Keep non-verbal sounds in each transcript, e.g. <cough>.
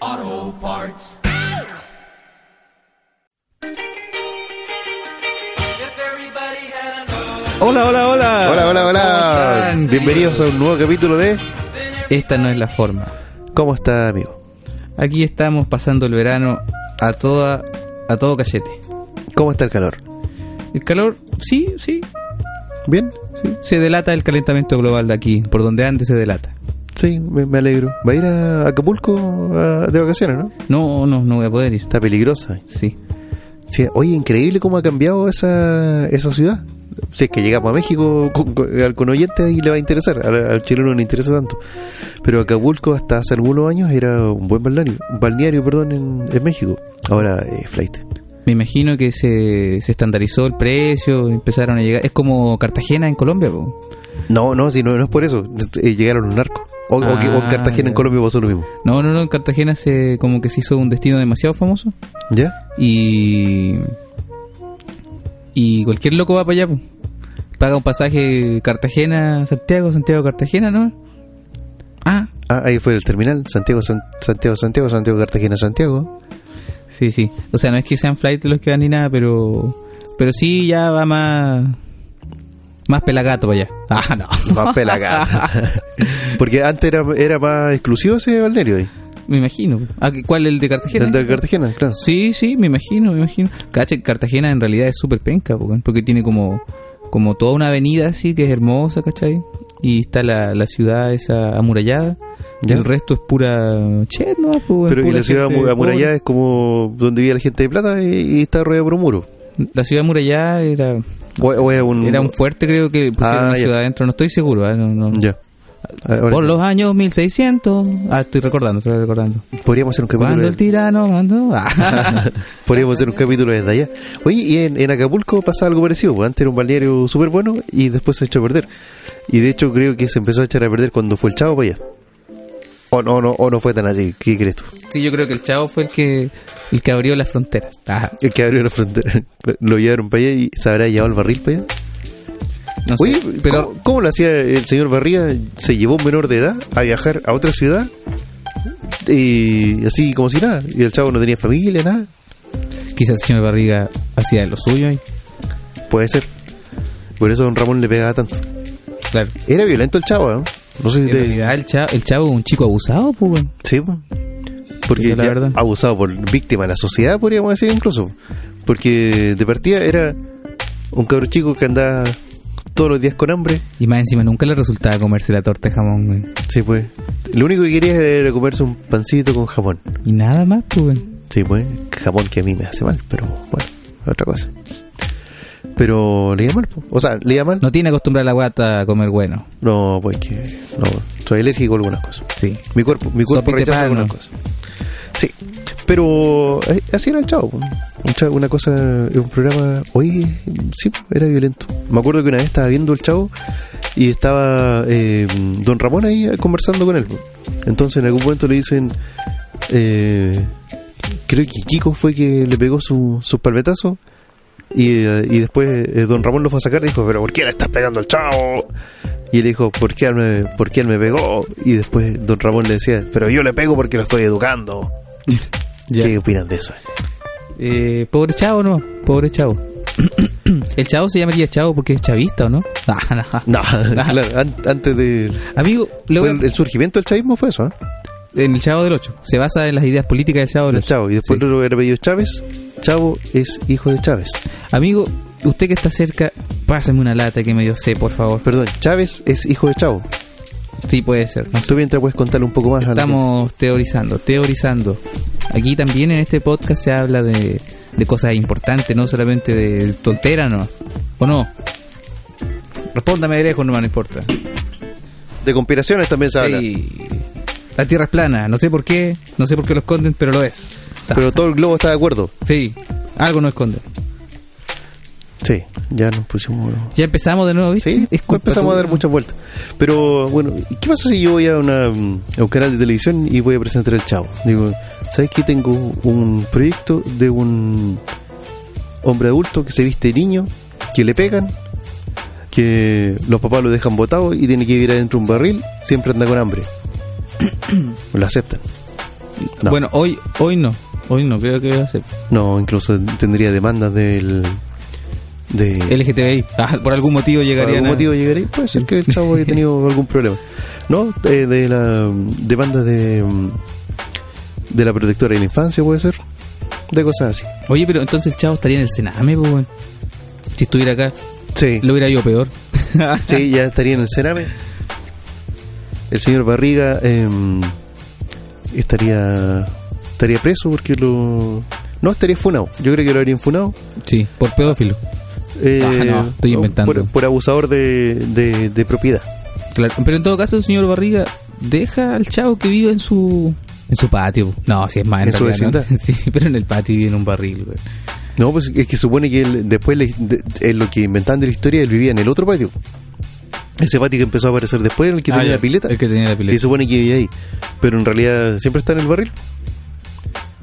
Auto parts. If everybody had a Hola, hola, hola. Hola, hola, ¿Cómo hola. están? Bienvenidos a un nuevo capítulo de Esta no es la forma. ¿Cómo está, amigo? Aquí estamos pasando el verano a toda a todo cachete. ¿Cómo está el calor? El calor, sí, sí, ¿Bien? sí, se delata el calentamiento global de aquí, por donde antes se delata. Sí, me, me alegro. ¿Va a ir a Acapulco a- de vacaciones, no? No, no, no voy a poder ir. Está peligrosa. Sí. Sí, oye, increíble cómo ha cambiado esa, esa ciudad. Si es que llegamos a México, con- con- eh, algún oyente ahí le va a interesar. Al, al chileno no le interesa tanto. Pero Acapulco hasta hace algunos años era un buen balneario, balneario perdón, en, en México. Ahora es flight. Me imagino que se, se estandarizó el precio, empezaron a llegar. Es como Cartagena en Colombia, po. No, no, si no, no es por eso. Eh, Llegaron los narcos. O, o que- o en Ah, Cartagena, ya. en Colombia pasó lo mismo. No, no, no, en Cartagena se como que se hizo un destino demasiado famoso ¿Ya? y y cualquier loco va para allá, po. Paga un pasaje Cartagena, Santiago, Santiago, Cartagena, ¿no? Ah, Ah, ahí fue el terminal. Santiago, San- Santiago, Santiago, Santiago, Cartagena, Santiago. <laughs> Sí, sí. O sea, no es que sean flight los que van ni nada, pero pero sí ya va más más pelagato para allá. Ah, <laughs> no. Más pelagata. <laughs> Porque antes era, era más exclusivo ese balneario ahí. Me imagino. Ah, ¿Cuál el de Cartagena? El de Cartagena, claro. Sí, sí, me imagino, me imagino. Cacha, Cartagena en realidad es súper penca, po, weón, porque tiene como como toda una avenida así que es hermosa, ¿cachai? Y está la, la ciudad esa amurallada. Y Ya. el resto es pura chet, ¿no? po, weón, Pero y pura la ciudad gente amu- pobre. amurallada es como donde vive la gente de plata y, y está rodeada por un muro. La ciudad amurallada era, O, o es un. era un fuerte, creo que pusieron Mm. Ah, una ya. ciudad adentro. No estoy seguro, ¿eh? no, no, Ya. Ahora Por sí. los años 1600. Ah, estoy recordando, estoy recordando. Podríamos hacer un Cuando capítulo. el tirano <laughs> mandó. Ah. Podríamos hacer un capítulo desde allá. Oye, y en, en Acapulco pasa algo parecido. pues, Antes era un balneario súper bueno y después se echó a perder. Y de hecho creo que se empezó a echar a perder cuando fue el chavo para allá. O no, no, o no fue tan así. ¿Qué crees tú? sí, yo creo que el chavo fue el que el que abrió las fronteras. Ah, El que abrió la frontera. <laughs> Lo llevaron para allá y se habrá llevado el barril para allá. no sé, Oye, pero pero ¿cómo, cómo lo hacía el señor Barría? Se llevó un menor de edad a viajar a otra ciudad y así como si nada. Y el chavo no tenía familia, nada. quizás el señor Barriga hacía lo suyo ahí. Puede ser. Por eso don Ramón le pegaba tanto. Claro. Era violento el chavo, ¿no? No sé En si te- realidad, el chavo, el chavo es un chico abusado, pues, weón. Sí, po. porque Esa es la ya verdad. abusado por víctima de la sociedad, podríamos decir incluso. Porque de partida era un cabro chico que andaba todos los días con hambre. Y más encima, nunca le resultaba comerse la torta de jamón, weón. Sí, pues. Lo único que quería era comerse un pancito con jamón. Y nada más, pues, weón. Sí, pues. Jamón que a mí me hace mal, pero bueno, otra cosa. Pero le iba mal, po. o sea, le iba mal. No tiene acostumbrada la guata a comer bueno. No, pues que no, soy alérgico a algunas cosas. Sí. Mi cuerpo, mi cuerpo Sopita y rechaza pan, algunas ¿no? cosas. Sí, pero eh, así era el chavo. po. Un chavo- Una cosa, un programa. Oye, sí, po, era violento. Me acuerdo que una vez estaba viendo el chavo y estaba eh, don Ramón ahí conversando con él. po. Entonces en algún momento le dicen. eh, creo que Kiko fue que le pegó su, su palmetazo. Y, eh, y después eh, don Ramón lo fue a sacar y dijo, pero ¿por qué le estás pegando al chavo? Y él dijo, ¿por qué, él me, ¿por qué él me pegó? Y después don Ramón le decía, pero yo le pego porque lo <laughs> estoy educando. ¿Qué opinan de eso? Eh, pobre chavo, no. Pobre chavo. <clears throat> el chavo se llamaría chavo porque es chavista, ¿o no? <laughs> Ah, no. No, claro, an- antes de... Amigo, le fue voy a- el, el surgimiento del chavismo fue eso, ¿eh? en el Chavo del 8. Se basa en las ideas políticas del Chavo del Del 8. chavo. Y después Sí. lo era apellido Chávez. Chavo es hijo de Chávez. Amigo, usted que está cerca, pásame una lata que me dio sé, por favor. Perdón, Chávez es hijo de Chavo. Sí, puede ser. no sé. Tú mientras puedes contarle un poco más a la gente. Ah. Estamos teorizando, teorizando. Aquí también en este podcast se habla de, de cosas importantes, no solamente de tontera, ¿no? ¿O no? Respóndame de lejos, no, no importa. De conspiraciones también se habla. Sí. La Tierra es plana, no sé por qué, no sé por qué lo esconden, pero lo es. sea, Pero todo el globo está de acuerdo. sí, algo no esconde. Sí, ya nos pusimos. Ya empezamos de nuevo, ¿viste? Sí, Es culpa empezamos a tuya. dar muchas vueltas. Pero bueno, ¿qué pasa si yo voy a, una, mm, a un canal de televisión y voy a presentar el chavo? Digo, ¿sabes qué? Tengo un proyecto de un hombre adulto que se viste niño, que le pegan, que los papás lo dejan botado y tiene que vivir adentro de un barril, siempre anda con <coughs> hambre. lo aceptan. No, Bueno, hoy, hoy no. Hoy no, creo que va a ser. no, incluso tendría demandas del. De, LGTBI. Ah, por algún motivo Por llegaría algún a- motivo llegaré. Puede ser que el chavo haya tenido algún problema. ¿No? De, de la mm, demanda de, mm, de la protectora de la infancia, puede ser. De cosas así. Oye, pero entonces el chavo estaría en el Sename, pues, weón. Si estuviera acá, Sí. lo hubiera yo peor. <laughs> Sí, ya estaría en el Sename. El señor Barriga em, estaría estaría preso porque lo. No, estaría funado. Yo creo que lo habrían funado. sí, por pedófilo. Eh, Ah, no, estoy inventando. Por, por abusador de, de- de propiedad. Claro, pero en todo caso, el señor Barriga deja al chavo que viva en su en su patio. No, si es más En su realidad, ¿no? vecindad. <laughs> Sí, pero en el patio vive en un barril, güey. No, pues es que supone que él, después le- de- de lo que inventan de la historia, él vivía en el otro patio. Ese patio que empezó a aparecer después, el que Ah, tenía ya, la pileta. El que tenía la Y pileta. supone que vivía ahí. Pero en realidad siempre está en el barril.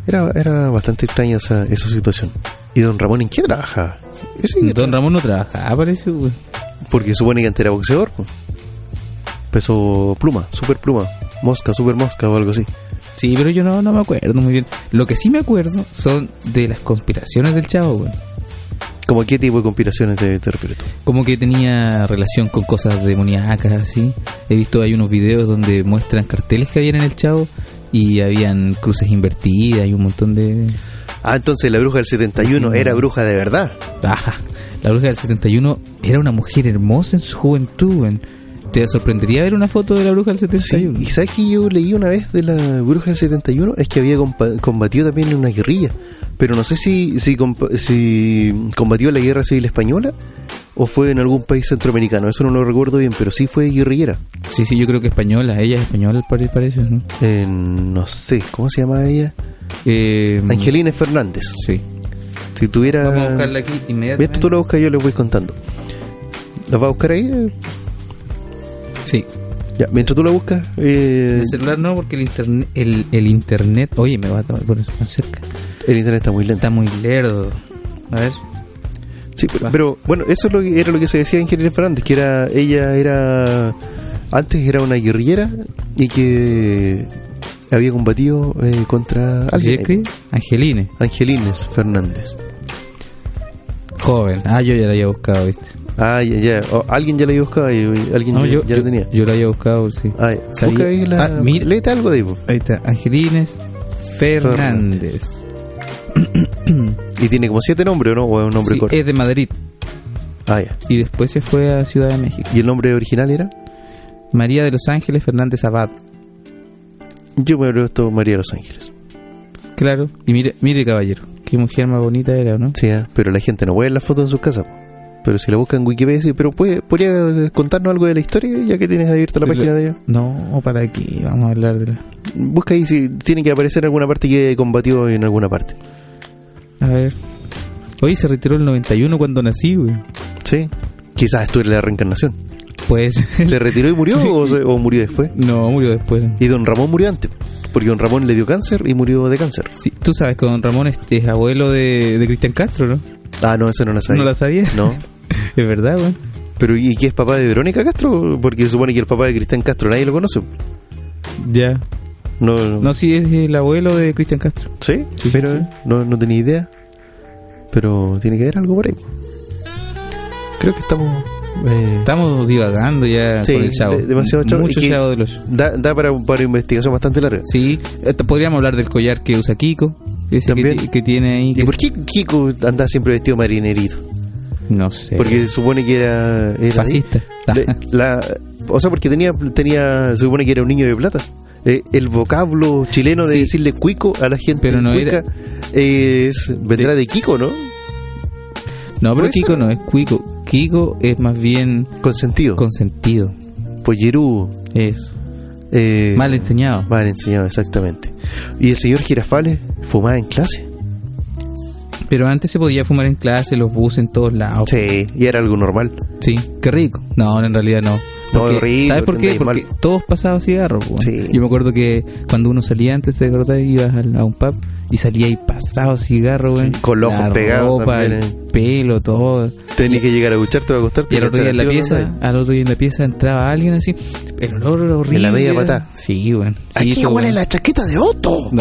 Era, era bastante extraña esa, esa situación. ¿Y don Ramón en qué trabaja? Ese- Don Ramón no trabajaba, parece, güey. Porque supone que antes era boxeador. pues. Peso pluma, super pluma, mosca, super mosca o algo así. Sí, pero yo no, no me acuerdo muy bien. Lo que sí me acuerdo son de las conspiraciones del chavo, güey. ¿Como qué tipo de conspiraciones te, te refieres tú? Como que tenía relación con cosas demoníacas, así. He visto hay unos videos donde muestran carteles que habían en el chavo y habían cruces invertidas y un montón de... Ah, entonces la bruja del 71 era bruja de verdad. Ajá. La bruja del 71 era una mujer hermosa en su juventud. weón. ¿Te sorprendería ver una foto de la bruja del Sí, 71? y sabes que yo leí una vez de la bruja del 71 es que había compa- combatido también en una guerrilla, pero no sé si si, compa- si combatió la guerra civil española o fue en algún país centroamericano, eso no lo recuerdo bien, pero sí fue guerrillera. Sí, sí, yo creo que española. Ella es española, al parecer, parece, ¿no? En- no sé, ¿cómo se llama ella? Eh, Angelina Fernández. Sí. Si tuviera Vamos a buscarla aquí Mira, inmediatamente. tú la buscas, yo les voy contando. ¿La vas a buscar ahí? Eh, Sí. Ya, mientras tú la buscas, eh, El celular no, porque el internet... El, el internet... Oye, me va a tomar por más cerca. el internet está muy lento. Está muy lerdo. A ver. Sí, pero, pero, bueno, eso es lo que, era lo que se decía de Ingeniero Fernández, que era ella era antes era una guerrillera y que había combatido eh, contra ¿Sí alguien. escribe? Angeline. Angelines Fernández. Joven. Ah, yo ya la había buscado, ¿viste? Ah, ya, ya. O alguien ya la había buscado y y alguien No, ya, yo, ya yo, la tenía. yo la había buscado, sí. Ah, ya. Sabía- Busca ahí la- Ah, mira. léete algo de ahí, pues. po. Ahí está, Angelines Fernández. Y tiene como siete nombres, ¿no? O es un nombre Sí, corto. es de Madrid Ah, ya. y después se fue a Ciudad de México. ¿Y el nombre original era? María de los Ángeles Fernández Abad. Yo me lo esto María de los Ángeles. Claro. Y mire, mire caballero, qué mujer más bonita era, ¿no? Sí, ah, pero la gente no puede ver las fotos en sus casas. po. Pero si la buscan en Wikipedia, sí, pero puede, podría contarnos algo de la historia, ya que tienes abierta la Pero- página de ellos. No, para aquí vamos a hablar de la... Busca ahí si tiene que aparecer en alguna parte que combatió en alguna parte. A ver. Hoy se retiró el 91 cuando nací, güey. Sí. Quizás esto era la reencarnación. Pues <laughs> ¿Se retiró y murió o, se- o murió después? no, murió después. Y don Ramón murió antes. Porque don Ramón le dio cáncer y murió de cáncer. Sí, tú sabes que don Ramón es, es abuelo de, de Cristian Castro, ¿no? Ah, no, eso no la sabía. No la sabía. No. <laughs> Es verdad, güey. Pero ¿y qué es papá de Verónica Castro? Porque se supone que el papá de Cristian Castro nadie lo conoce. Ya. No, No, sí, es el abuelo de Cristian Castro. ¿Sí? Sí. Pero no, no tenía idea. Pero tiene que haber algo por ahí. Creo que estamos... eh, Estamos divagando ya Sí, con el chavo. de- demasiado chavo. Mucho Y que- chavo de los... da, da para, para investigación bastante larga. Sí, eh, t- podríamos hablar del collar que usa Kiko. Ese También. Que, ti- que tiene ahí. ¿Y que por es- qué Kiko anda siempre vestido marinerito? No sé. Porque se supone que era... era Fascista. de- la, o sea, porque tenía, tenía... Se supone que era un niño de plata. Eh, el vocablo chileno de Sí. decirle cuico a la gente Pero no cuica era- es, vendrá de Kiko, ¿no? <laughs> no, pero ¿Puede Kiko ser? no es Kiko. Kiko es más bien Con sentido. consentido. Pollerudo. Eso. eh, Mal enseñado. mal enseñado, exactamente. Y el señor Girafales fumaba en clase. Pero antes se podía fumar en clase, los buses, en todos lados. Sí, y era algo normal. Sí, qué rico. No, en realidad no. No, rico, ¿Sabes por qué? andáis mal. Porque todos pasaban cigarros. po. Sí. Yo me acuerdo que cuando uno salía antes, ¿te acordás? Ibas al- a un pub y salía y pasado cigarro, güey. con los La ojos pegados ropa, también, eh. el pelo, todo. Tenías que llegar a ducharte para acostarte. Y al otro día en la echar el tiro, pieza, ¿no? al otro día en la pieza entraba alguien así, el olor era horrible. la media patada. Sí, güey. Sí, Aquí eso, huele güey. la chaqueta de Otto.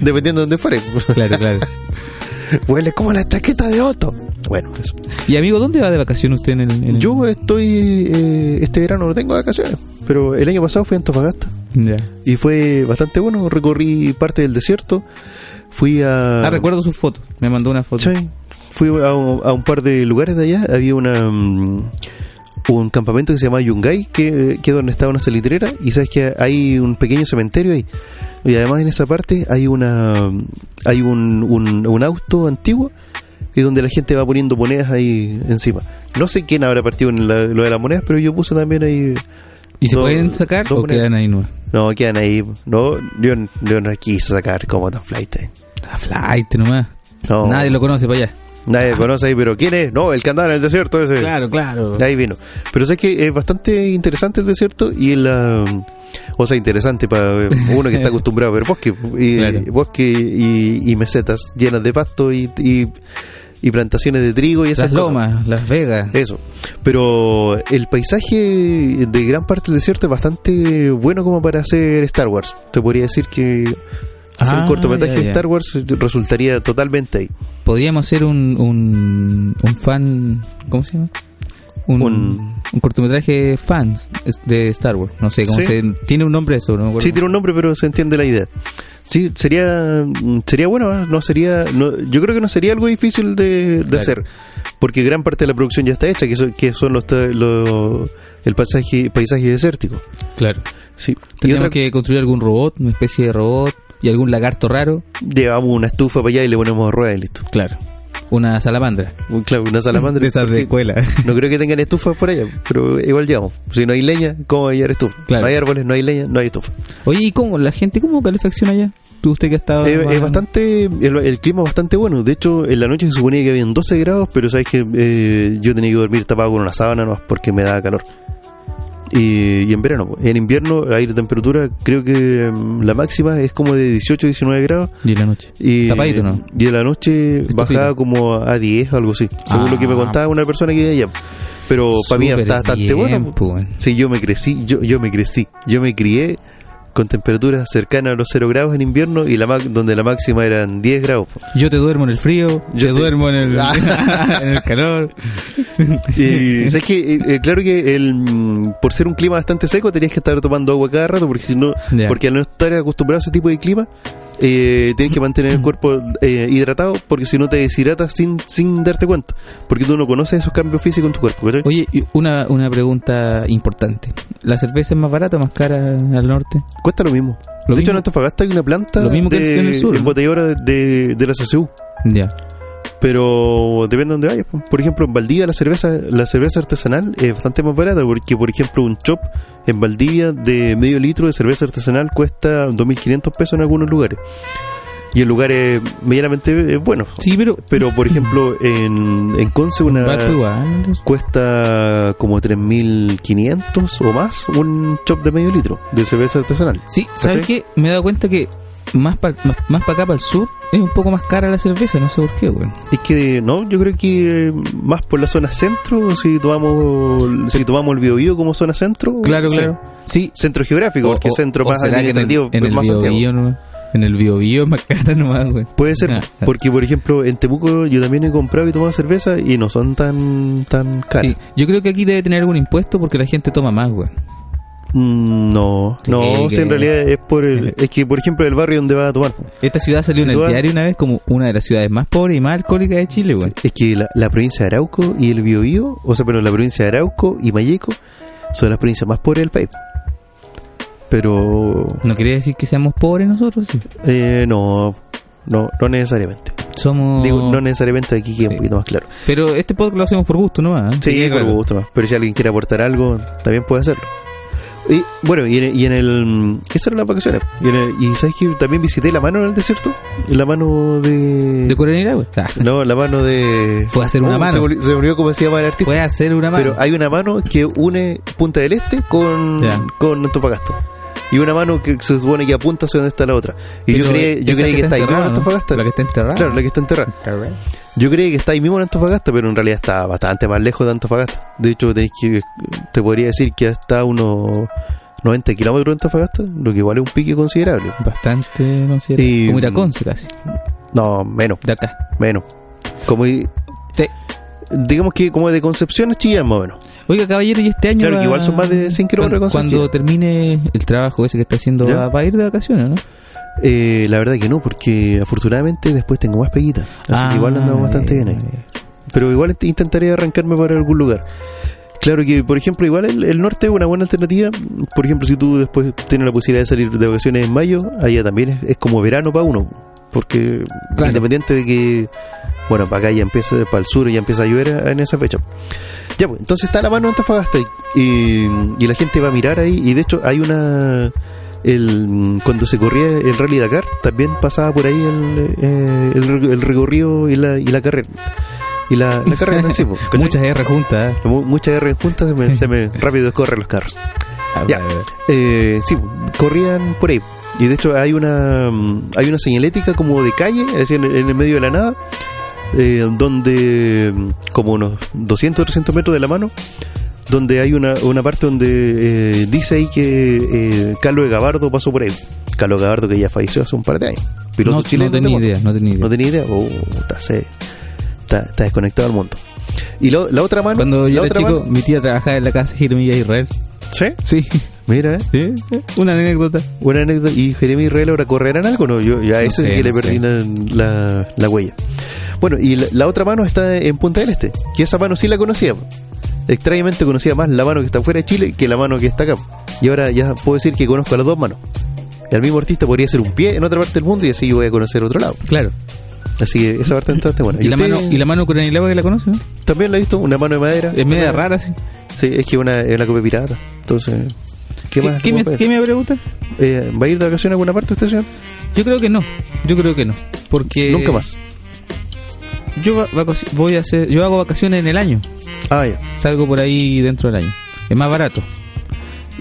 Dependiendo de dónde fuere. <laughs> claro, claro. <laughs> huele como la chaqueta de Otto. Bueno, eso. Y amigo, ¿dónde va de vacaciones usted en el...? en el- Yo estoy. eh, este verano no tengo vacaciones. Pero el año pasado fui a Antofagasta. Ya. Y fue bastante bueno. Recorrí parte del desierto. Fui a. Ah, recuerdo su foto. Me mandó una foto. Sí. Fui a un, a un par de lugares de allá. Había una mm, un campamento que se llama Yungay, que, que es donde estaba una salitrera. Y sabes que hay un pequeño cementerio ahí. Y además en esa parte hay una mm, hay un, un, un auto antiguo y donde la gente va poniendo monedas ahí encima. No sé quién habrá partido en la- lo de las monedas, pero yo puse también ahí. ¿Y se dos- pueden sacar dos o monedas. quedan ahí nuevas? No, quedan ahí. No, yo, yo no quise sacar como tan flight. A flight nomás. No. Nadie lo conoce para allá. Nadie conoce ahí, pero ¿quién es? No, el que andaba en el desierto ese. claro. De ahí vino. Pero sé que es bastante interesante el desierto y la. O sea, interesante para uno <laughs> que está acostumbrado a ver bosque y, Claro. bosque y, y mesetas llenas de pasto y, y, y plantaciones de trigo y esas Las cosas. Lomas, Las Vegas. Eso. Pero el paisaje de gran parte del desierto es bastante bueno como para hacer Star Wars. Te podría decir que hacer Ah, un cortometraje ya, de ya. Star Wars resultaría totalmente ahí. Podríamos hacer un, un, un fan... ¿Cómo se llama? Un, Un- un cortometraje fans es- de Star Wars. No sé, cómo Sí. se... Tiene un nombre eso, no me acuerdo. Sí, tiene un nombre, pero se entiende la idea. Sí, sería sería bueno, ¿eh? no sería no, yo creo que no sería algo difícil de, de Claro. hacer, porque gran parte de la producción ya está hecha, que, son- que son los, ta- los- el paisaje paisaje desértico. Claro. Sí. Y Tenemos otra, que construir algún robot, una especie de robot y algún lagarto raro. llevamos una estufa para allá y le ponemos ruedas y listo. Claro. Una salamandra. Un- Claro, una <laughs> salamandra. De esas de porque escuela. No creo que tengan estufas por allá, pero igual llevamos. Si no hay leña, ¿cómo va a llevar estufa? Claro. No hay árboles, no hay leña, no hay estufa. Oye, ¿y cómo? ¿La gente cómo calefacciona allá? ¿Tú usted que ha estado...? Eh, más- es bastante, el, el clima es bastante bueno. De hecho, en la noche se suponía que habían 12 grados, pero sabes que eh, yo tenía que dormir tapado con una sábana nomás porque me daba calor. Y, y en verano, pues. en invierno hay la temperatura, creo que mm, la máxima es como de 18, 19 grados. Y en la noche. Y, Tapadito, ¿no? y en la noche bajaba frío. como a 10 o algo así, según Ah. lo que me contaba una persona que vivía allá. Pero para mí Súper está bastante bien, bueno. pues, bueno. Sí, yo me crecí, yo, yo me crecí, yo me crié con temperaturas cercanas a los 0 grados en invierno y la ma- donde la máxima eran 10 grados. po. Yo te duermo en el frío, yo Yo te te- duermo en <laughs> el, Ah. en el calor. <laughs> Y sabes que eh, eh, claro que el mm, por ser un clima bastante seco tenías que estar tomando agua cada rato porque si no Ya. porque al no estar acostumbrado a ese tipo de clima eh, tienes que mantener el cuerpo eh, hidratado porque si no te deshidratas sin sin darte cuenta porque tú no conoces esos cambios físicos en tu cuerpo. ¿cachai? Oye, y una, una pregunta importante. ¿La cerveza es más barata o más cara al norte? Cuesta lo mismo. Lo de hecho en mismo. Antofagasta hay una planta Lo mismo que de- en el sur. embotelladora de, de la CCU. Ya. Pero depende de dónde vayas. po. Por ejemplo, en Valdivia la cerveza la cerveza artesanal es bastante más barata porque, por ejemplo, un chop en Valdivia de medio litro de cerveza artesanal cuesta 2.500 pesos en algunos lugares. Y en lugares medianamente eh, buenos. Sí, pero... Pero, por ejemplo, eh, en, en Conce una Valpo Mm, igual. cuesta como 3.500 o más un chop de medio litro de cerveza artesanal. Sí, ¿sabes qué? Me he dado cuenta que más para más, para acá, para el sur, es un poco más cara la cerveza, no sé por qué, güey. Es que no, yo creo que eh, más por la zona centro, si tomamos si tomamos el Biobío como zona centro. sí. Sí. Centro geográfico, porque O- o- centro o más será que administrativo, en el, más en el Santiago. Biobío nomás. En el biobío es más cara nomás, güey. Puede ser, Ah, ah. porque por ejemplo en Temuco yo también he comprado y tomado cerveza y no son tan tan caras. Sí, yo creo que aquí debe tener algún impuesto porque la gente toma más, güey. Mm, no, Sí, no, si que- en realidad es por el, es que por ejemplo el barrio donde vas a tomar. Esta ciudad salió en Si el tú vas- diario una vez como una de las ciudades más pobres y más alcohólicas de Chile, güey. Es que la, la provincia de Arauco y el Biobío, o sea, pero la provincia de Arauco y Mayeco son las provincias más pobres del país. Pero No quería decir que seamos pobres nosotros, sí. Eh, no, no, no necesariamente. Somos... Digo, no necesariamente aquí que Mm. es Sí. un poquito más claro. Pero este podcast lo hacemos por gusto, ¿eh? ¿no? Sí, por gusto más. Pero si alguien quiere aportar algo, también puede hacerlo. Y, bueno, y en, y en el. mm, Esas eran las vacaciones. Y, en el- y sabes que también visité la mano en el desierto. La mano de. ¿De Coronel güey? Ah, no, la mano de. Ah, Fue a hacer una mano. Se volvió, se volvió como se llama el artista. Fue a hacer una mano. Pero hay una mano que une Punta del Este con, Ya. con Antofagasta. Y una mano que se supone que apunta hacia donde está la otra. Y yo Pero creía, yo esa creía que está ahí enterrada, mismo en ¿no? Antofagasta. La que está enterrada. Claro, la que está enterrada. Yo creía que está ahí mismo en Antofagasta, pero en realidad está bastante más lejos de Antofagasta. De hecho, tenéis que, te podría decir que está a unos 90 kilómetros de Antofagasta, lo que igual es un pique considerable. Bastante considerable. Y- Como ir a Conce casi. No, menos, De acá. menos. Como, i- Sí. digamos que como de Concepción a Chillán, más o menos. Oiga, caballero, y este año. Claro, que va- igual son más de 100 kilómetros de Cuando, Concepción. cuando termine el trabajo ese que está haciendo, ¿Ya? va, va a ir de vacaciones, ¿no? Eh, la verdad que no, porque afortunadamente después tengo más peguitas. Así que igual Ah, andamos bastante bien ahí. Pero igual int- intentaré arrancarme para algún lugar. Claro que, por ejemplo, igual el, el norte es una buena alternativa. Por ejemplo, si tú después tienes la posibilidad de salir de vacaciones en mayo, allá también es, es como verano para uno. Porque Claro. independiente de que, bueno, para acá ya empieza, para el sur ya empieza a llover en esa fecha. Ya, pues, entonces está la mano en Antofagasta y, y- y la gente va a mirar ahí. Y de hecho hay una... El, cuando se corría el Rally Dakar, también pasaba por ahí el, eh, el, re- el recorrido y la, y la carrera. Y la, la carrera en sí, pues, ¿cachai? Muchas R juntas. ¿eh? Mu- Muchas R juntas se me, se me- rápido escorren los carros. Ah, Ya. Eh, sí, corrían por ahí. Y de hecho hay una mm, hay una señalética como de calle, es decir, en, en el medio de la nada, eh, donde mm, como unos 200 300 metros de la mano, donde hay una, una parte donde eh, dice ahí que eh, Carlos de Gabardo pasó por ahí. Carlos de Gabardo que ya falleció hace un par de años. Piloto No, chileno no tenía de moto. idea, no tenía idea. No tenía idea. Oh, está, se- está- está desconectado del mundo. Y lo- la otra mano. Cuando la yo era otra chico, mano- mi tía trabajaba en la casa Jeremías Israel. ¿Sí? Sí, Mira, eh. sí, una anécdota. Buena anécdota. ¿Y Jeremy Israel ahora correrán algo? No, yo ya a No ese sí sé, que le no perdí sé. la, la- la huella. Bueno, y la, la otra mano está en Punta del Este, que esa mano sí la conocía. Extrañamente conocía más la mano que está fuera de Chile que la mano que está acá. Y ahora ya puedo decir que conozco a las dos manos. El mismo artista podría ser un pie en otra parte del mundo y así yo voy a conocer otro lado. Claro. Así que esa parte está bastante buena. ¿Y, la usted mano, y la mano con el agua que la conoce, ¿no? También la he visto, una mano de madera. Es media rara, sí. Sí, es que una, es la copia pirata. Entonces, ¿qué, más? qué ¿Cómo me, puede ¿Qué ser? me pregunta? Eh, ¿Va a ir de vacaciones a alguna parte usted, señor? Yo creo que no. Yo creo que no. Porque. Nunca más. Yo va- vacaci- voy a hacer, yo hago vacaciones en el año. Ah, ya. Salgo por ahí dentro del año. Es más barato.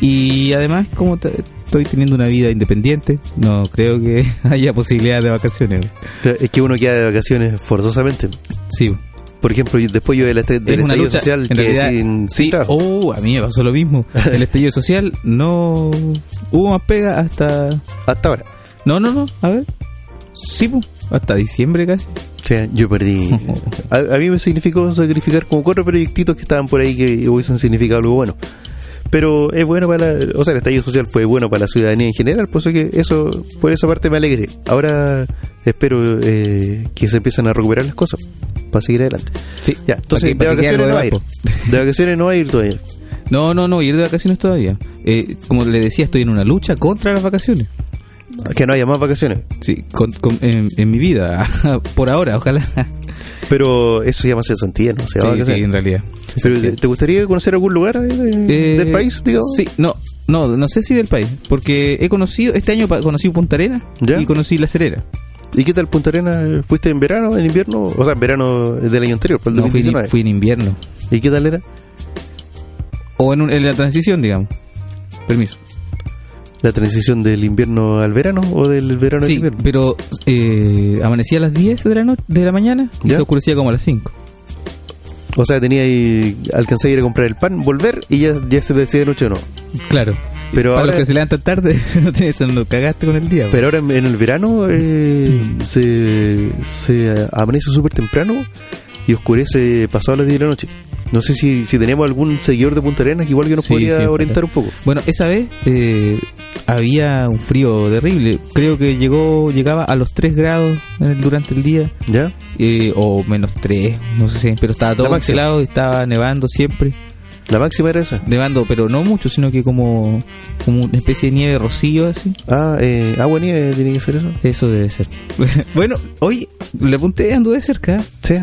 Y además, como te- estoy teniendo una vida independiente, no creo que <laughs> haya posibilidad de vacaciones. Claro, Es que uno queda de vacaciones forzosamente. Sí. Por ejemplo, y después yo del, este, del es una estallido lucha. social en quedé realidad, sin, sin sí. trabajo. Oh, a mí me pasó lo <laughs> mismo. El estallido social no hubo más pega hasta Hasta ahora. No, no, no, a ver. Sí, pu, hasta diciembre casi. O sea, <laughs> yo perdí. A, a mí me significó sacrificar como cuatro proyectitos que estaban por ahí que hubiesen significado algo bueno. Pero es bueno para la, O sea, el estallido social fue bueno para la ciudadanía en general, por eso que eso, por esa parte me alegré. Ahora espero eh, que se empiecen a recuperar las cosas para seguir adelante. Sí, Ya, entonces pa' de que quede algo vacaciones no va a ir. de De vacaciones no va a ir todavía. No, no, no, ir de vacaciones todavía. Eh, como le decía, estoy en una lucha contra las vacaciones. Que no haya más vacaciones. Sí, con- con- en, en mi vida, <laughs> por ahora, ojalá. Pero eso ya más se sentía, ¿no? Se va a Sí, sí, vacaciones. en realidad. Pero, ¿te- ¿Te gustaría conocer algún lugar eh, de- Eh, del país, digo? Sí, no, no, no sé si del país, porque he conocido, este año pa- conocí Punta Arena ¿Ya? y conocí La Serena. ¿Y qué tal Punta Arenas? ¿Fuiste en verano, en invierno? O sea, en verano del año anterior, por el No, fui, en- 2019. fui en invierno. ¿Y qué tal era? O en, un- en la transición, digamos. Permiso. ¿La transición del invierno al verano o del verano al Sí, invierno? pero eh, amanecía a las 10 de la, no- de la mañana y ¿Ya? se oscurecía como a las 5. O sea, tenía ahí, alcancé a ir a comprar el pan, volver y ya, ya se decía de noche o no. Claro. Pero Para ahora, los que se levantan tarde, <laughs> no te eso no cagaste con el día. pero ahora en, en el verano eh, se, se amanece súper temprano y oscurece pasado las 10 de la noche. No sé si, si tenemos algún seguidor de Punta Arenas, igual que nos Sí, podría sí, orientar un poco. Bueno, esa vez eh, había un frío terrible. Creo que llegó llegaba a los 3 grados eh, durante el día. ¿Ya? eh, o menos 3, no sé si. Pero estaba todo La máxima. cancelado y estaba nevando siempre. La máxima era esa. Nevando, pero no mucho, sino que como, como una especie de nieve rocío así. Ah, eh, agua nieve tiene que ser eso. Eso debe ser. <laughs> bueno, hoy le apunté, anduve cerca. Sí.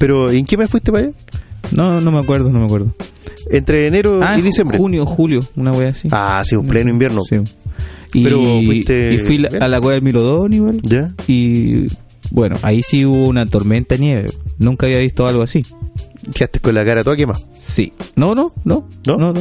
Pero ¿en qué mes fuiste para allá? No, no me acuerdo, no me acuerdo. Entre enero Ah, y diciembre. junio, julio, una wea así. Ah, sí, un pleno invierno. Sí. Y, Pero fuiste y fui la- bien. a la wea del Milodón igual. ¿Ya? Y bueno, ahí sí hubo una tormenta de nieve. Nunca había visto algo así. Quedaste con la cara toda quemada. Sí. No, no, no. ¿No? no.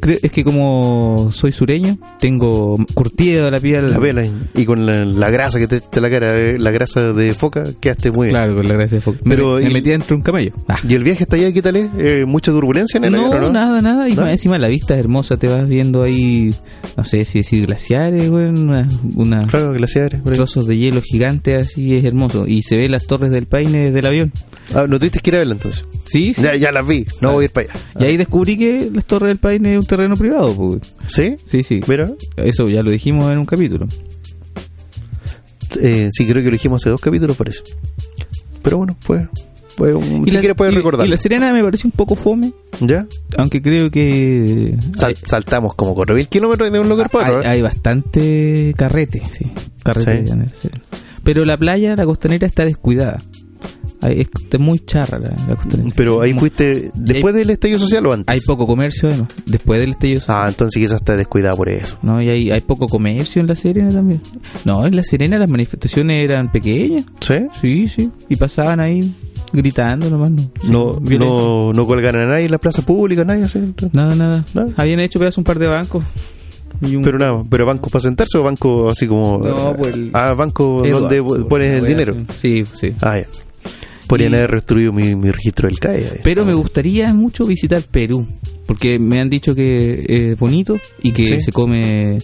Creo- es que como soy sureño, tengo curtida la piel. La vela y- y con la, la grasa que te echaste la cara, eh, la grasa de foca, quedaste muy bien. Claro, con la gracia de foco. Pero, me, me y- metí dentro de un camello. Ah. ¿Y el viaje hasta allá, qué tal es? Eh, ¿Mucha turbulencia en el No, avión, o no? nada, nada. Y ¿No? más encima la vista es hermosa. Te vas viendo ahí, no sé si decir glaciares, güey. Una, una- Claro, glaciares. por ahí. trozos de hielo gigante así. Es hermoso. Y se ve las torres del paine desde el avión. Ah, ¿No tuviste que ir a verla entonces? Sí, sí. Ya, ya las vi, no Ah. voy a ir para allá. Y ahí descubrí que las torres del paine es un terreno privado. pues. ¿Sí? Sí, sí. Mira, Eso ya lo dijimos en un capítulo. eh, sí, creo que lo dijimos hace dos capítulos, parece. Pero bueno, pues. pues un- si la- quieres puedes y- recordar. Y la sirena me pareció un poco fome, ¿Ya? aunque creo que Sal- saltamos como 4.000 kilómetros de un lugar para hay, otro. ¿eh? hay bastante carrete, sí. Carrete Sí. en el cielo. Pero la playa, la costanera, está descuidada. Hay- es- está muy charra la, la costanera. Pero ahí Como- fuiste después del estallido social o antes. Hay poco comercio, además. Después del estallido social. Ah, entonces quizás está descuidado por eso. No, y hay, hay poco comercio en La Serena también. No, en La Serena las manifestaciones eran pequeñas. ¿Sí? Sí, sí. Y pasaban ahí gritando nomás. No, Sí, No, violencia. no, no colgaron a nadie en la plaza pública, nadie así. Nada, nada. Nada. Habían hecho pedazos un par de bancos. Y un Pero nada, pero bancos para sentarse o bancos así como. No, pues el- Ah, banco Eduardo, donde pones una el wea dinero. así. Sí, sí. Ah, ya. Podrían Y- haber destruido mi, mi registro del CAE. eh. Pero me gustaría mucho visitar Perú. Porque me han dicho que es bonito y que Sí. se come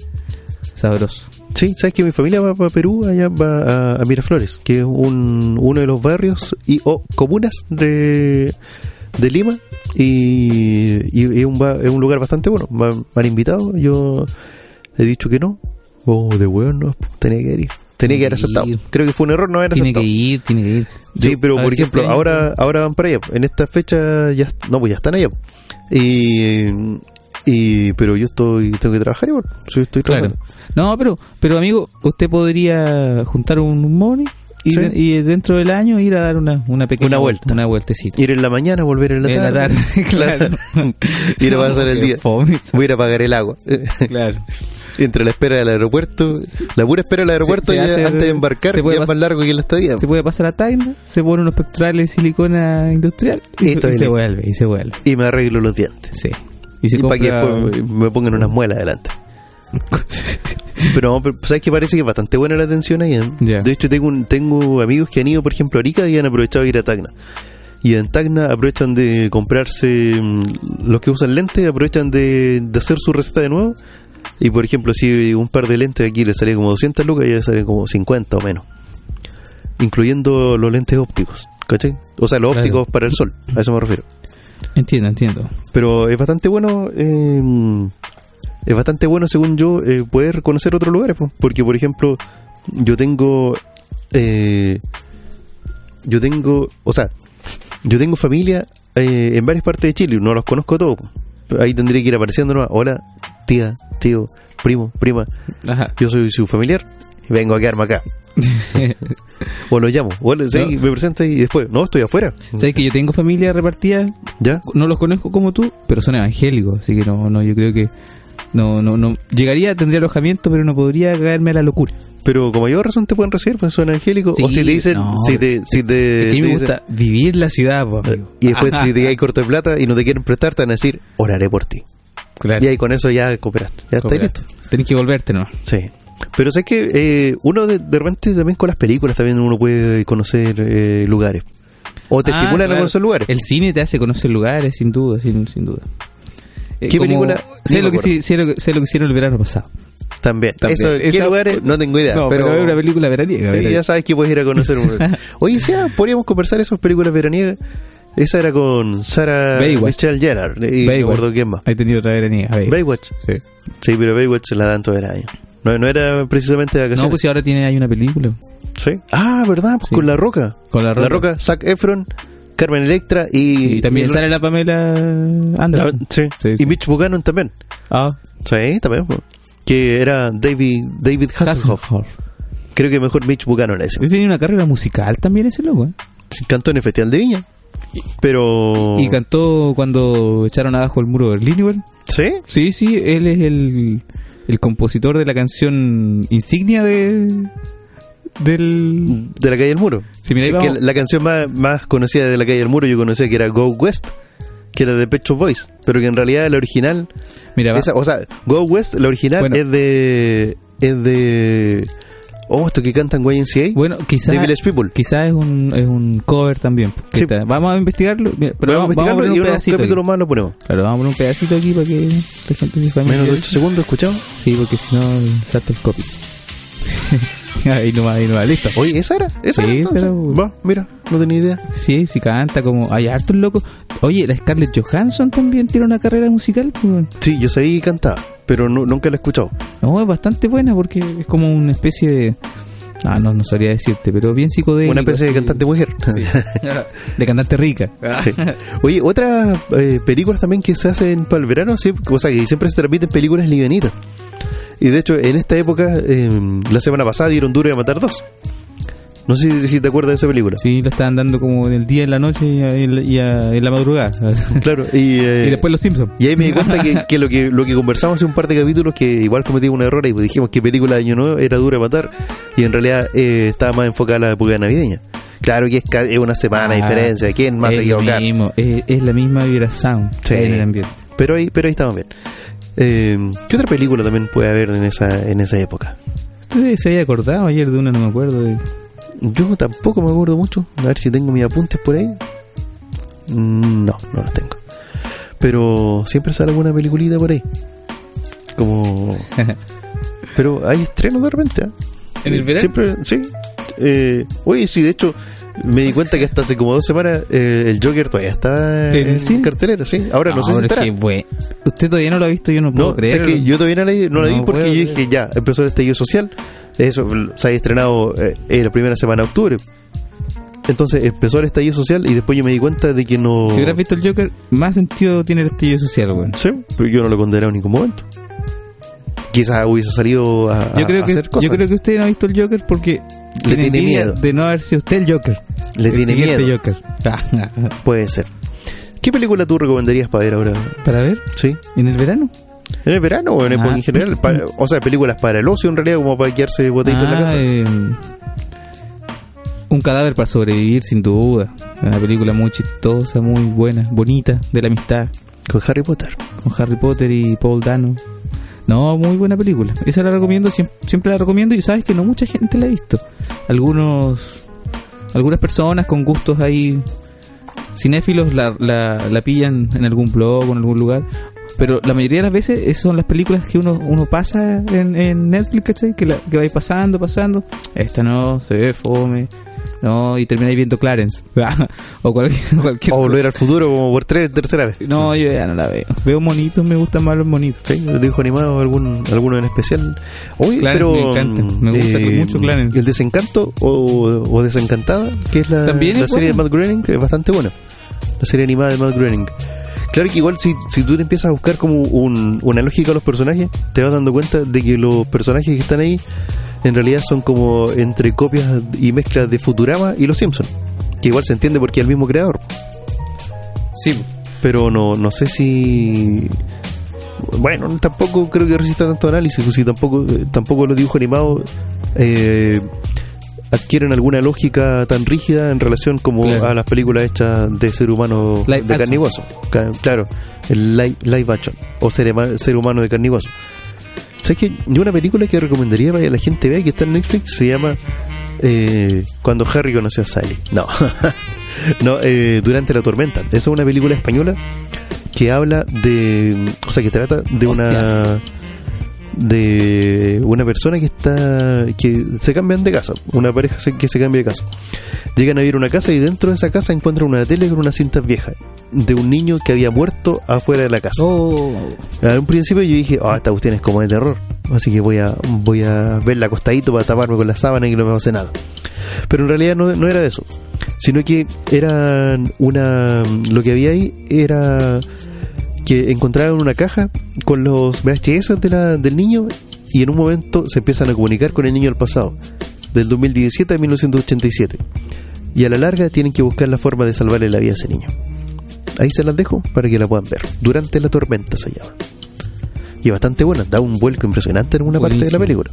sabroso. Sí, sabes que mi familia va para Perú, allá va a, a Miraflores, que es un, uno de los barrios y o comunas de, de Lima y, y es, un, ba- es un lugar bastante bueno. Va- Me, han invitado, yo he dicho que no. Oh, de hueón, no, tenía que ir. Tenía que haber aceptado. Creo que fue un error no haber Tiene aceptado. que ir, tiene que ir. Sí, Yo- pero a ver por si ejemplo, este año- ahora, ahora van para allá. En esta fecha ya, no, pues ya están allá. Y, y, pero yo estoy, tengo que trabajar igual. Sí, estoy Claro. trabajando. No, pero, pero amigo, usted podría juntar un money y, Sí. y dentro del año ir a dar una, una pequeña Una vuelta. Una vueltecita. Ir en la mañana, volver en la En tarde. la <laughs> tarde, <laughs> claro. Ir a pasar el Qué día. fome. Voy a ir a pagar el agua. <laughs> Claro. Entre la espera del aeropuerto, la pura espera del aeropuerto se ya hace- antes de embarcar, se ya puede es más pas- largo que la estadía. Se puede pasar a Time, se pone unos pectorales de silicona industrial y, Listo, y y se listo. vuelve, y se vuelve. Y me arreglo los dientes. Sí. Y Y se para que compra- después me pongan unas <laughs> muelas adelante. Pero, no, pero, ¿sabes que Parece que es bastante buena la atención ahí. ¿eh? Ya. De hecho, tengo, un- tengo amigos que han ido, por ejemplo, a Arica y han aprovechado de ir a Tacna. Y en Tacna aprovechan de comprarse, mm, los que usan lentes, aprovechan de, de hacer su receta de nuevo. Y, por ejemplo, si un par de lentes aquí le salía como 200 lucas, ya le salía como 50 o menos. Incluyendo los lentes ópticos, ¿cachai? O sea, los Claro. ópticos para el sol, a eso me refiero Entiendo, entiendo. pero es bastante bueno eh, es bastante bueno según yo eh, poder conocer otros lugares po. porque por ejemplo yo tengo eh, yo tengo o sea yo tengo familia eh, en varias partes de Chile no los conozco todos po. ahí tendría que ir apareciendo nomás hola tía tío primo prima Ajá. yo soy su familiar y vengo a quedarme acá o lo llamo o le- sí, No. me presento y después no estoy afuera Sabes que yo tengo familia repartida, ya no los conozco como tú, pero son evangélicos, así que no, no, yo creo que no, no, no. Llegaría, tendría alojamiento, pero no podría caerme a la locura. Pero como mayor razón te pueden recibir, pues son angélicos. o Sí, si te dicen, no, si te, si Eh, te, Es que a mí me te dicen- gusta vivir la ciudad, po, amigo. y después si te hay corto de plata y no te quieren prestar, te van a decir, oraré por ti. Claro. Y ahí con eso ya cooperaste. Ya está listo. Tenés que volverte, ¿no? Sí. Pero sé que eh, uno de, de repente también con las películas también uno puede conocer eh, lugares. O te Ah, estimulan claro. a conocer lugares. El cine te hace conocer lugares, sin duda, sin, sin duda. Eh, ¿Qué película? Sé No lo, me que, acuerdo. sí- sé, lo que, sé lo que hicieron el verano pasado. también. También. Eso, ¿Qué Esa- lugares? No tengo idea. No, pero, pero es una película veraniega. Sí, veraniega. ya sabes que puedes ir a conocer un... <laughs> Oye, sí, ah, podríamos conversar esas películas veraniegas. Esa era con Sara Baywatch. Michelle Gellar. Y no me Baywatch. acuerdo quién más. Ahí tenía otra veraniega. Baywatch. Baywatch. Sí. Sí, pero Baywatch se la dan todo el año. No, no era precisamente de No, vacaciones. pues si ahora tiene ahí una película. Sí. Ah, ¿verdad? Pues Sí. Con La Roca. Con La Roca. La Roca, Zac Efron, Carmen Electra y... Y, también y- sale la Pamela la- Anderson. sí. Sí, sí. Y Mitch Buchanan también. Ah, Sí, también. pues. Que era David, David Hasselhoff. Hasselhoff. Creo que mejor Mitch Buchanan ese. Él Tiene una carrera musical también ese loco. ¿eh? Cantó en el Festival de Viña. Pero. Y cantó cuando echaron abajo el muro de Berlín, igual. ¿Sí? Sí, sí, él es el, el compositor de la canción insignia de. Del. De la calle del muro. Si miráis, Mm. Es que vamos- la, la canción más, más conocida de la calle del muro yo conocía que era Go West, que era de Pecho Boys, pero que en realidad la original, mira, va- esa- o sea, Go West, la original Bueno. es de es de oh, esto que cantan YMCA, Bueno, de quizás. Village People. Quizás es un, es un cover también. que Sí. está- Vamos a investigarlo. mira, pero Vamos vamos, vamos a a investigarlo poner y un unos pedacito. aquí. capítulos más lo ponemos. Claro, vamos a poner un pedacito aquí para que la gente se Menos de familiarice. 8 segundos, ¿escuchamos? Sí, porque si no, salta el copy. <laughs> ahí nomás, ahí nomás, listo. Oye, esa era, esa Sí, era, entonces. esa era, güey. Va, mira, no tenía idea. Sí, sí canta como... Hay hartos locos. Oye, la Scarlett Johansson también tiene una carrera musical. pues, weón. Sí, yo sabía que cantaba, pero no- nunca la he escuchado. No, es bastante buena porque es como una especie de... Ah, no, no sabría decirte, pero bien psicodélico. Una especie de así. cantante mujer. <laughs> De cantante rica. Sí. Oye, otras eh, películas también que se hacen para el verano, sí, o sea, que siempre se transmiten películas livianitas. Y de hecho, en esta época, eh, la semana pasada dieron Duro y a Matar dos. No sé si, si te acuerdas de esa película. Sí, lo estaban dando como en el día, en la noche y, a- y a- y a- en la madrugada. <laughs> Claro, y, eh, y después Los Simpsons. y ahí me di cuenta que, que lo que lo que conversamos hace un par de capítulos, que igual cometí un error y pues dijimos que película de Año Nuevo era Duro de Matar, y en realidad eh, estaba más enfocada a la época navideña. Claro que es, ca- es una semana de Ah, diferencia, ¿quién más se es, lo equivocar? mismo, es, es la misma vibración Sí. en el ambiente. Pero ahí, pero ahí estamos bien. Eh, ¿Qué otra película también puede haber en esa, en esa época? Ustedes se había acordado ayer de una, no me acuerdo. <laughs> de- Yo tampoco me acuerdo mucho. A ver si tengo mis apuntes por ahí. Mm, No, no los tengo. Pero siempre sale alguna peliculita por ahí. Como. Pero hay estrenos de repente. ¿ah? ¿En el verano? Siempre, sí. Eh, oye, sí, de hecho, me di cuenta que hasta hace como dos semanas eh, el Joker todavía está ¿En el en, cine? cartelera, sí. Ahora no, sé si pero estará. es que, güey, Usted todavía no lo ha visto, yo no puedo No, creer. sé que yo todavía no la, no la vi No porque puedo yo dije, ya, empezó el estallido social. Eso se había estrenado eh, en la primera semana de octubre. Entonces empezó el estallido social y después yo me di cuenta de que no. Si hubieras visto el Joker, más sentido tiene el estillo social, güey. Sí, pero yo no lo condenaba en ningún momento. Quizás hubiese salido a, a- Yo creo, a que, hacer cosas. yo creo que usted no ha visto el Joker porque Le tiene envidia miedo. de no haber sido usted el Joker. Le El tiene siguiente miedo. Joker. <laughs> Ah, Puede ser. ¿Qué película tú recomendarías para ver ahora? Para ver, ¿Sí? en el verano. ¿En el verano o en época Ah. en general? Pa- o sea, películas para el ocio en realidad, como para quedarse botadito en la Ah, casa. eh, un cadáver para sobrevivir, sin duda. Una película muy chistosa, muy buena, bonita, de la amistad. Con Harry Potter. con Harry Potter y Paul Dano. No, muy buena película. Esa la recomiendo, siem- siempre la recomiendo y sabes que no mucha gente la ha visto. Algunos, algunas personas con gustos ahí cinéfilos la, la, la pillan en algún blog o en algún lugar. Pero la mayoría de las veces es- son las películas que uno, uno pasa en, en Netflix, ¿cachai? Que, la, que vais pasando, pasando. Esta no, se ve fome. No, y termináis viendo Clarence. <laughs> o cualquier, cualquier O volver al futuro como por tres, tercera vez. no, yo ya no la veo. Veo monitos, me gustan más los monitos. Sí, dibujo animado, algún, alguno en especial. Oye, Clarence pero, mm, eh, me encanta, me gusta mucho Clarence. El Desencanto o, o Desencantada, que es la, También la es serie de buena. Matt Groening, es bastante buena. La serie animada de Matt Groening. Claro que igual si, si tú le empiezas a buscar como un- una lógica a los personajes, te vas dando cuenta de que los personajes que están ahí en realidad son como entre copias y mezclas de Futurama y Los Simpsons. Que igual se entiende porque es el mismo creador. Sí. pero no, no sé si bueno tampoco creo que resista tanto análisis si tampoco eh, tampoco los dibujos animados eh, adquieren alguna lógica tan rígida en relación como Claro. a las películas hechas de ser humano Live de action. carne y hueso. Ca- claro el live, live action o ser, ema- ser humano de carne y hueso. ¿Sabes qué? Yo una película que recomendaría para que la gente vea y que está en Netflix se llama eh, Cuando Harry conoció a Sally. No. <laughs> no, eh, Durante la tormenta. Esa es una película española que habla de... O sea, que trata de una... De una persona que está... Que se cambian de casa. Una pareja se- que se cambia de casa. Llegan a vivir a una casa y dentro de esa casa encuentran una tele con unas cintas viejas. De un niño que había muerto afuera de la casa. Oh, Al un principio yo dije, ah, esta cuestión es como de terror. Así que voy a, voy a verla acostadito para taparme con la sábana y que no me pase nada. Pero en realidad no, no era de eso. Sino que era una. Lo que había ahí era que encontraron una caja con los VHS de la- del niño y en un momento se empiezan a comunicar con el niño del pasado, del 2017 a 1987. y a la larga tienen que buscar la forma de salvarle la vida a ese niño. Ahí se las dejo para que la puedan ver. Durante la tormenta se llama. Y es bastante buena, da un vuelco impresionante en una parte de la Buenísimo. película.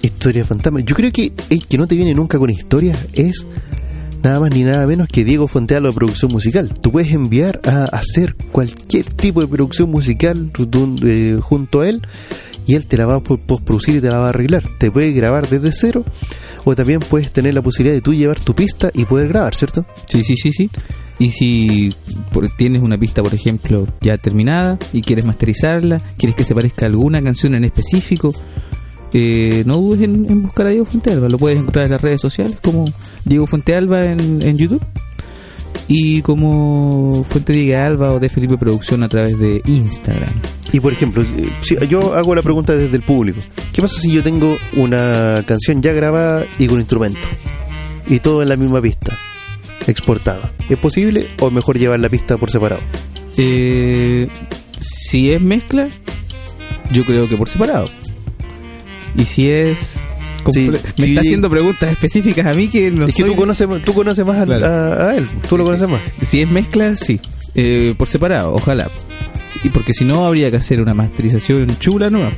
Historia fantasma. Yo creo que el que no te viene nunca con historias es nada más ni nada menos que Diego Fontealo de producción musical. Tú puedes enviar a hacer cualquier tipo de producción musical rutun- eh, junto a él y él te la va a po- postproducir y te la va a arreglar. Te puede grabar desde cero o también puedes tener la posibilidad de tú llevar tu pista y poder grabar, ¿cierto? Sí, sí, sí, sí. Y si por- tienes una pista, por ejemplo, ya terminada y quieres masterizarla, quieres que se parezca a alguna canción en específico, eh, no dudes en, en buscar a Diego Fuentealba. Lo puedes encontrar en las redes sociales como Diego Fuentealba en, en YouTube y como Fuente Diego Alba o de Felipe Producción a través de Instagram. Y por ejemplo, si- si yo hago la pregunta desde el público, ¿qué pasa si yo tengo una canción ya grabada y con instrumento? Y todo en la misma pista, exportada. ¿Es posible o mejor llevar la pista por separado? Eh, si es mezcla, yo creo que por separado. Y si es... Sí, comple- sí. me está haciendo preguntas específicas a mí que no es que soy- tú conoces, tú conoces más al- Claro. a, a él, tú lo conoces más. Si es mezcla, sí. Eh, por separado, ojalá. Y porque si no, habría que hacer una masterización chula nueva.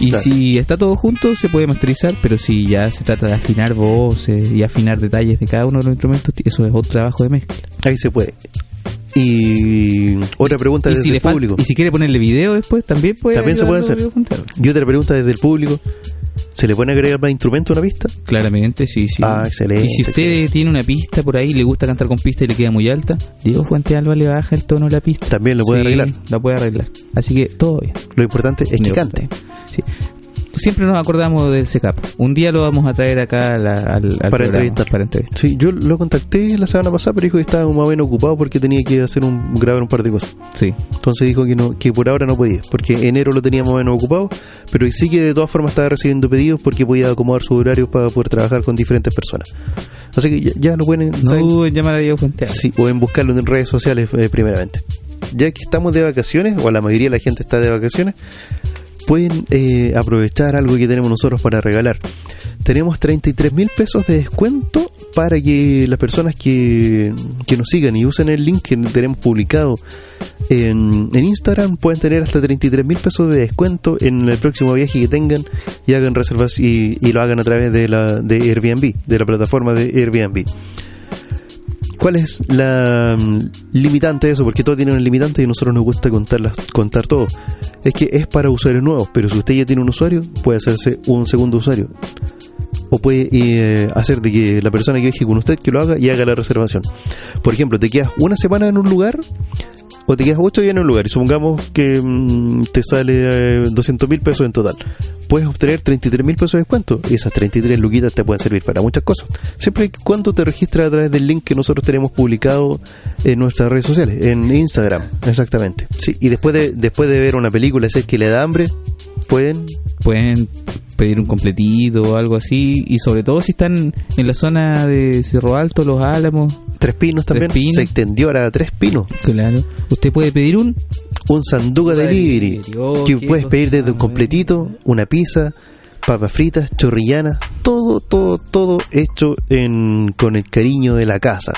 Y Claro. si está todo junto, se puede masterizar, pero si ya se trata de afinar voces y afinar detalles de cada uno de los instrumentos, ti- eso es otro trabajo de mezcla. Ahí se puede. Y otra pregunta Y desde si, le el fal- público. y si quiere ponerle video después, también puede También se puede hacer. ayudarlo, Diego Fonteal. Y otra pregunta desde el público. ¿Se le puede agregar más instrumento a una pista? Claramente, sí, sí. Ah, excelente, Y si usted excelente. tiene una pista por ahí, le gusta cantar con pista y le queda muy alta, Diego Fuente Alba le baja el tono de la pista. También lo puede Sí, arreglar. La puede arreglar. Así que todo bien. Lo importante es Me que gusta. cante. Sí. Siempre nos acordamos del CECAP. Un día lo vamos a traer acá a la- al, al Para programa, entrevistar. Para entrevistar. Sí, yo lo contacté la semana pasada, pero dijo que estaba más o menos ocupado porque tenía que hacer un grabar un par de cosas. Sí. Entonces dijo que no que por ahora no podía, porque enero lo tenía más o menos ocupado, pero sí que de todas formas estaba recibiendo pedidos porque podía acomodar sus horarios para poder trabajar con diferentes personas. Así que ya, ya lo pueden No saben- duden en llamar a Diego Fuente Alba. Sí, o en buscarlo en redes sociales eh, primeramente. Ya que estamos de vacaciones, o la mayoría de la gente está de vacaciones, pueden eh, aprovechar algo que tenemos nosotros para regalar. Tenemos 33 mil pesos de descuento para que las personas que, que nos sigan y usen el link que tenemos publicado en, en Instagram pueden tener hasta 33 mil pesos de descuento en el próximo viaje que tengan y hagan reservas y, y lo hagan a través de la de Airbnb, de la plataforma de Airbnb. ¿Cuál es la mm, limitante de eso? Porque todo tiene un limitante y a nosotros nos gusta contar, contar todo. Es que es para usuarios nuevos, pero si usted ya tiene un usuario, puede hacerse un segundo usuario. O puede eh, hacer de que la persona que viaje con usted que lo haga y haga la reservación. Por ejemplo, te quedas una semana en un lugar o te quedas ocho días en un lugar y supongamos que mm, te sale 200 mil pesos en total. Puedes obtener 33 mil pesos de descuento y esas 33 luquitas te pueden servir para muchas cosas. Siempre y cuando te registras a través del link que nosotros tenemos publicado en nuestras redes sociales, en Instagram, exactamente. Sí, y después de, después de ver una película, si es que le da hambre, pueden... Pueden pedir un completito o algo así. Y sobre todo si están en la zona de Cerro Alto, Los Álamos. Tres pinos Tres también. Pinos. Se extendió ahora a tres pinos. Claro. Usted puede pedir un un Sanduga sanduga delivery delivery, oh, que qué puedes cosa pedir desde tan un completito, una pizza, papas fritas, chorrillanas, todo, todo, todo hecho en, con el cariño de la casa.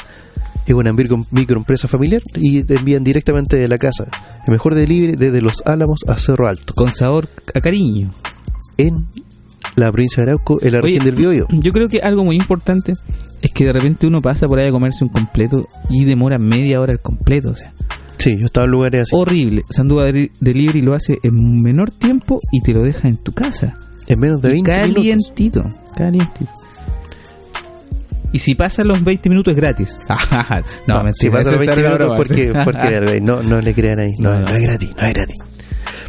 Es una micro- microempresa familiar y te envían directamente de la casa. El mejor delivery desde Los Álamos a Cerro Alto, con sabor a cariño. en la provincia de Arauco, en la Oye, región del Biobío. <clears throat> Yo creo que algo muy importante es que de repente uno pasa por ahí a comerse un completo y demora media hora el completo. O sea, Sí, yo estaba en lugares así. horrible. Sanduga Deli- Delivery lo hace en menor tiempo y te lo deja en tu casa. En menos de 20 minutos. Calientito, calientito. Y si pasan los 20 minutos es <laughs> gratis. no, mentira, Ah, si eso pasa los es 20 una minutos broma. porque, <laughs> porque no, no le crean ahí. No, No, no no. es gratis, no es gratis.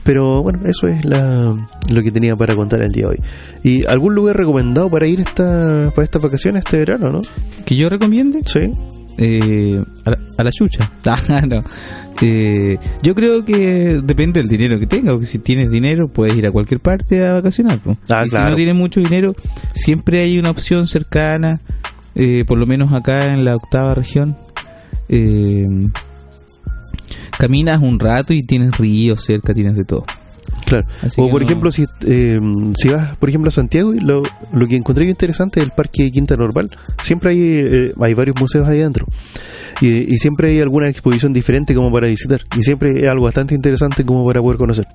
Pero bueno, eso es la, lo que tenía para contar el día de hoy. ¿Y algún lugar recomendado para ir esta, para estas vacaciones este verano, no? que yo recomiende Sí. eh, a, la, a la chucha. <laughs> Ah, no. Eh, yo creo que depende del dinero que tengas, porque si tienes dinero puedes ir a cualquier parte a vacacionar. po. Ah, Y claro. Si no tienes mucho dinero, siempre hay una opción cercana, eh, por lo menos acá en la octava región. Eh, caminas un rato y tienes ríos cerca, tienes de todo. Claro. Así o que por no- ejemplo, si, eh, si vas, por ejemplo, a Santiago, y lo, lo que encontré yo interesante es el parque de Quinta Normal. Siempre hay, eh, hay varios museos ahí adentro. Y, y siempre hay alguna exposición diferente como para visitar. Y siempre es algo bastante interesante como para poder conocer.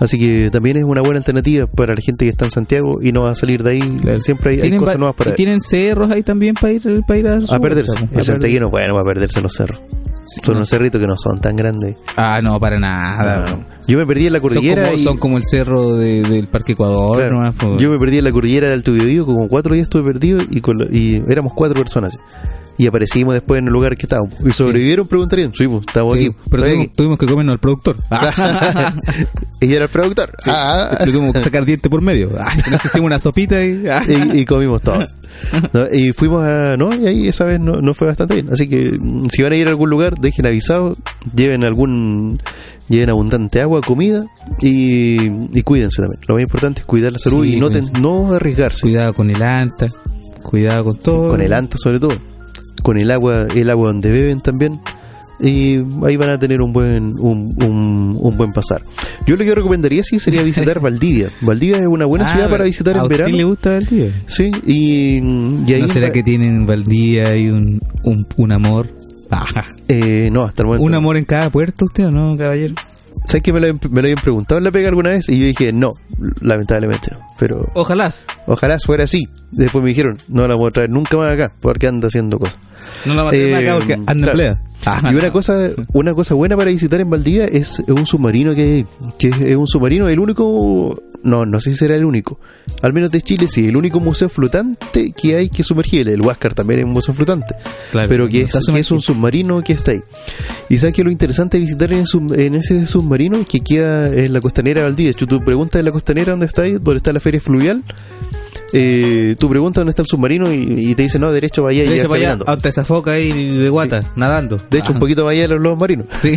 Así que también es una buena alternativa para la gente que está en Santiago y no va a salir de ahí. Claro. Siempre hay- hay, Tienen cosas va- nuevas para y tienen cerros ahí también para ir, para ir al sur, a perderse. claro, a El perderse. santiaguino, bueno, va a perderse en los cerros. Son unos cerritos que no son tan grandes. Ah, no, para nada. No. Yo me perdí en la Son cordillera. como, y- son como el cerro de- del Parque Ecuador. Claro. nomás, pues, po. Yo me perdí en la cordillera del Biobío, como cuatro días estuve perdido y, con la- y éramos cuatro personas. Y aparecimos después en el lugar que estábamos. ¿Y sobrevivieron? Preguntarían. Sí, pues, estamos Sí, aquí. pero Estoy tuvimos, tuvimos que comernos al <laughs> productor. Ah. aquí. y era el productor. Ah, <laughs> Le tuvimos que sacar diente por medio. Ay, nos hicimos una sopita y... ah. y, y comimos todo. No, y fuimos a. No, y ahí esa vez no, no fue bastante bien. Así que mm, si van a ir a algún lugar, dejen avisado, lleven algún. Lleven abundante agua, comida y, y cuídense también. Lo más importante es cuidar la salud Sí, y no, ten- cuídense. no arriesgarse. Cuidado con el anta, cuidado con todo. Con el anta sobre todo. Con el agua, el agua donde beben también. Y ahí van a tener un buen, un, un- un buen pasar. Yo lo que recomendaría sí <laughs> sería visitar Valdivia. Valdivia es una buena Ah, ciudad para visitar ¿a en usted le verano. gusta Valdivia? Sí, y, y ahí ¿No será que tienen Valdivia y un, un, un amor? Ah, Eh, no, hasta el momento. ¿Un amor en cada puerto usted o no, caballero? ¿Sabes que me lo, me lo habían preguntado en la pega alguna vez? Y yo dije, no, lamentablemente no. Pero Ojalá. ojalá fuera así. Después me dijeron, no la voy a traer nunca más acá, porque anda haciendo cosas. No la maté Eh, acá porque anda claro. empleada. Ah, Y una cosa, una cosa buena para visitar en Valdivia es un submarino que, que es un submarino, el único, no, no sé si será el único, al menos de Chile sí, el único museo flotante que hay que sumergible, el Huáscar también es un museo flotante, Ah, Claro, pero que no es, está que es un submarino que está ahí. Y sabes que lo interesante de visitar en, el sub- en ese submarino que queda en la costanera de Valdivia, Si tú preguntas en la costanera dónde está ahí, dónde está la feria fluvial, eh, tú preguntas dónde está el submarino y, y te dicen, no, derecho vaya y Derecha llegas para allá, caminando. hasta esa foca ahí de guata, nadando. De hecho, Ah, un poquito más allá de los lobos marinos. Sí.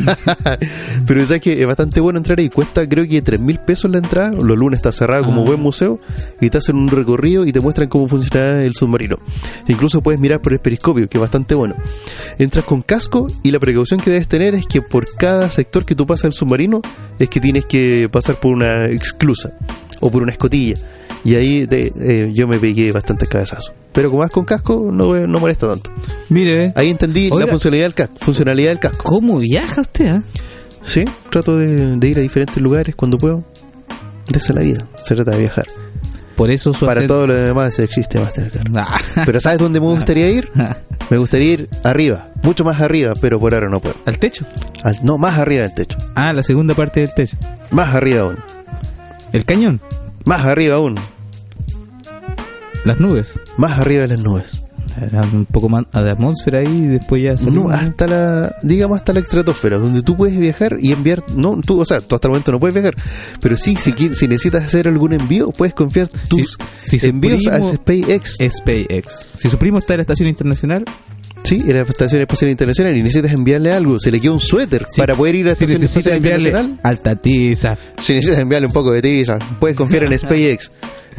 Pero sabes que es bastante bueno entrar ahí. Cuesta, creo que 3 mil pesos la entrada. Los lunes está cerrado como Ah. buen museo. Y te hacen un recorrido y te muestran cómo funciona el submarino. Incluso puedes mirar por el periscopio, que es bastante bueno. Entras con casco y la precaución que debes tener es que por cada sector que tú pasas el submarino, es que tienes que pasar por una exclusa o por una escotilla. Y ahí te- eh, yo me pegué bastantes cabezazos. Pero como vas con casco, no, no molesta tanto. <laughs> Mire, eh, Ahí entendí Oiga. la funcionalidad del casco. Funcionalidad del casco. ¿cómo viaja usted? ah? Sí, trato de, de ir a diferentes lugares cuando puedo. De esa es la vida, se trata de viajar. Por eso su Para acento- todo lo demás existe Mastercard. <laughs> Ah, Pero ¿sabes dónde me gustaría ir? Me gustaría ir arriba, mucho más arriba, pero por ahora no puedo. <laughs> Al techo. Al- no, más arriba del techo. Ah, la segunda parte del techo. Más arriba aún. El cañón, Más arriba aún. las nubes. Más arriba de las nubes. Era Un poco más a la atmósfera ahí y después ya salimos. No, ah. hasta la, digamos hasta la estratosfera, donde tú puedes viajar y enviar, no, tú, o sea, tú hasta el momento no puedes viajar, pero sí, si, quieres- si necesitas hacer algún envío, puedes confiar tus si su envíos a primo- SpaceX. SpaceX. Si su primo está en la estación internacional, Sí, en la Estación Espacial Internacional y necesitas enviarle algo, se le queda un suéter Sí. para poder ir a la si Estación necesita Espacial enviarle Internacional. alta tiza, Si necesitas enviarle un poco de tiza, puedes confiar en SpaceX.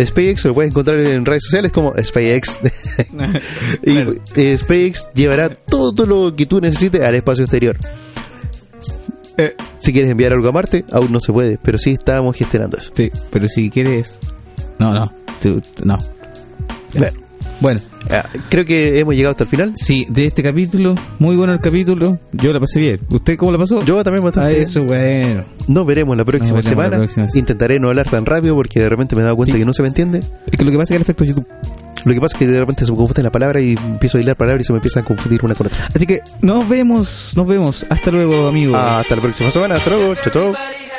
SpaceX lo puedes encontrar en redes sociales como SpaceX. <laughs> <laughs> y Claro. eh, SpaceX llevará todo lo que tú necesites al espacio exterior. Eh, Si quieres enviar algo a Marte, aún no se puede, pero sí estábamos gestionando eso. sí, pero si quieres... No, no, tú- no. Bueno, Bueno, ah, creo que hemos llegado hasta el final. sí, de este capítulo, muy bueno el capítulo, yo la pasé bien. ¿Usted cómo la pasó? Yo también bastante Ah, bien. eso, bueno. Nos veremos la próxima veremos la semana. próxima. Intentaré no hablar tan rápido porque de repente me he dado cuenta Sí. que no se me entiende. Es que lo que pasa es que el efecto YouTube. Lo que pasa es que de repente se me confunde la palabra y empiezo a hilar palabras y se me empiezan a confundir una con otra. Así que nos vemos, nos vemos. Hasta luego, amigos. Ah. Hasta la próxima semana. Hasta luego. Chao, chao. Everybody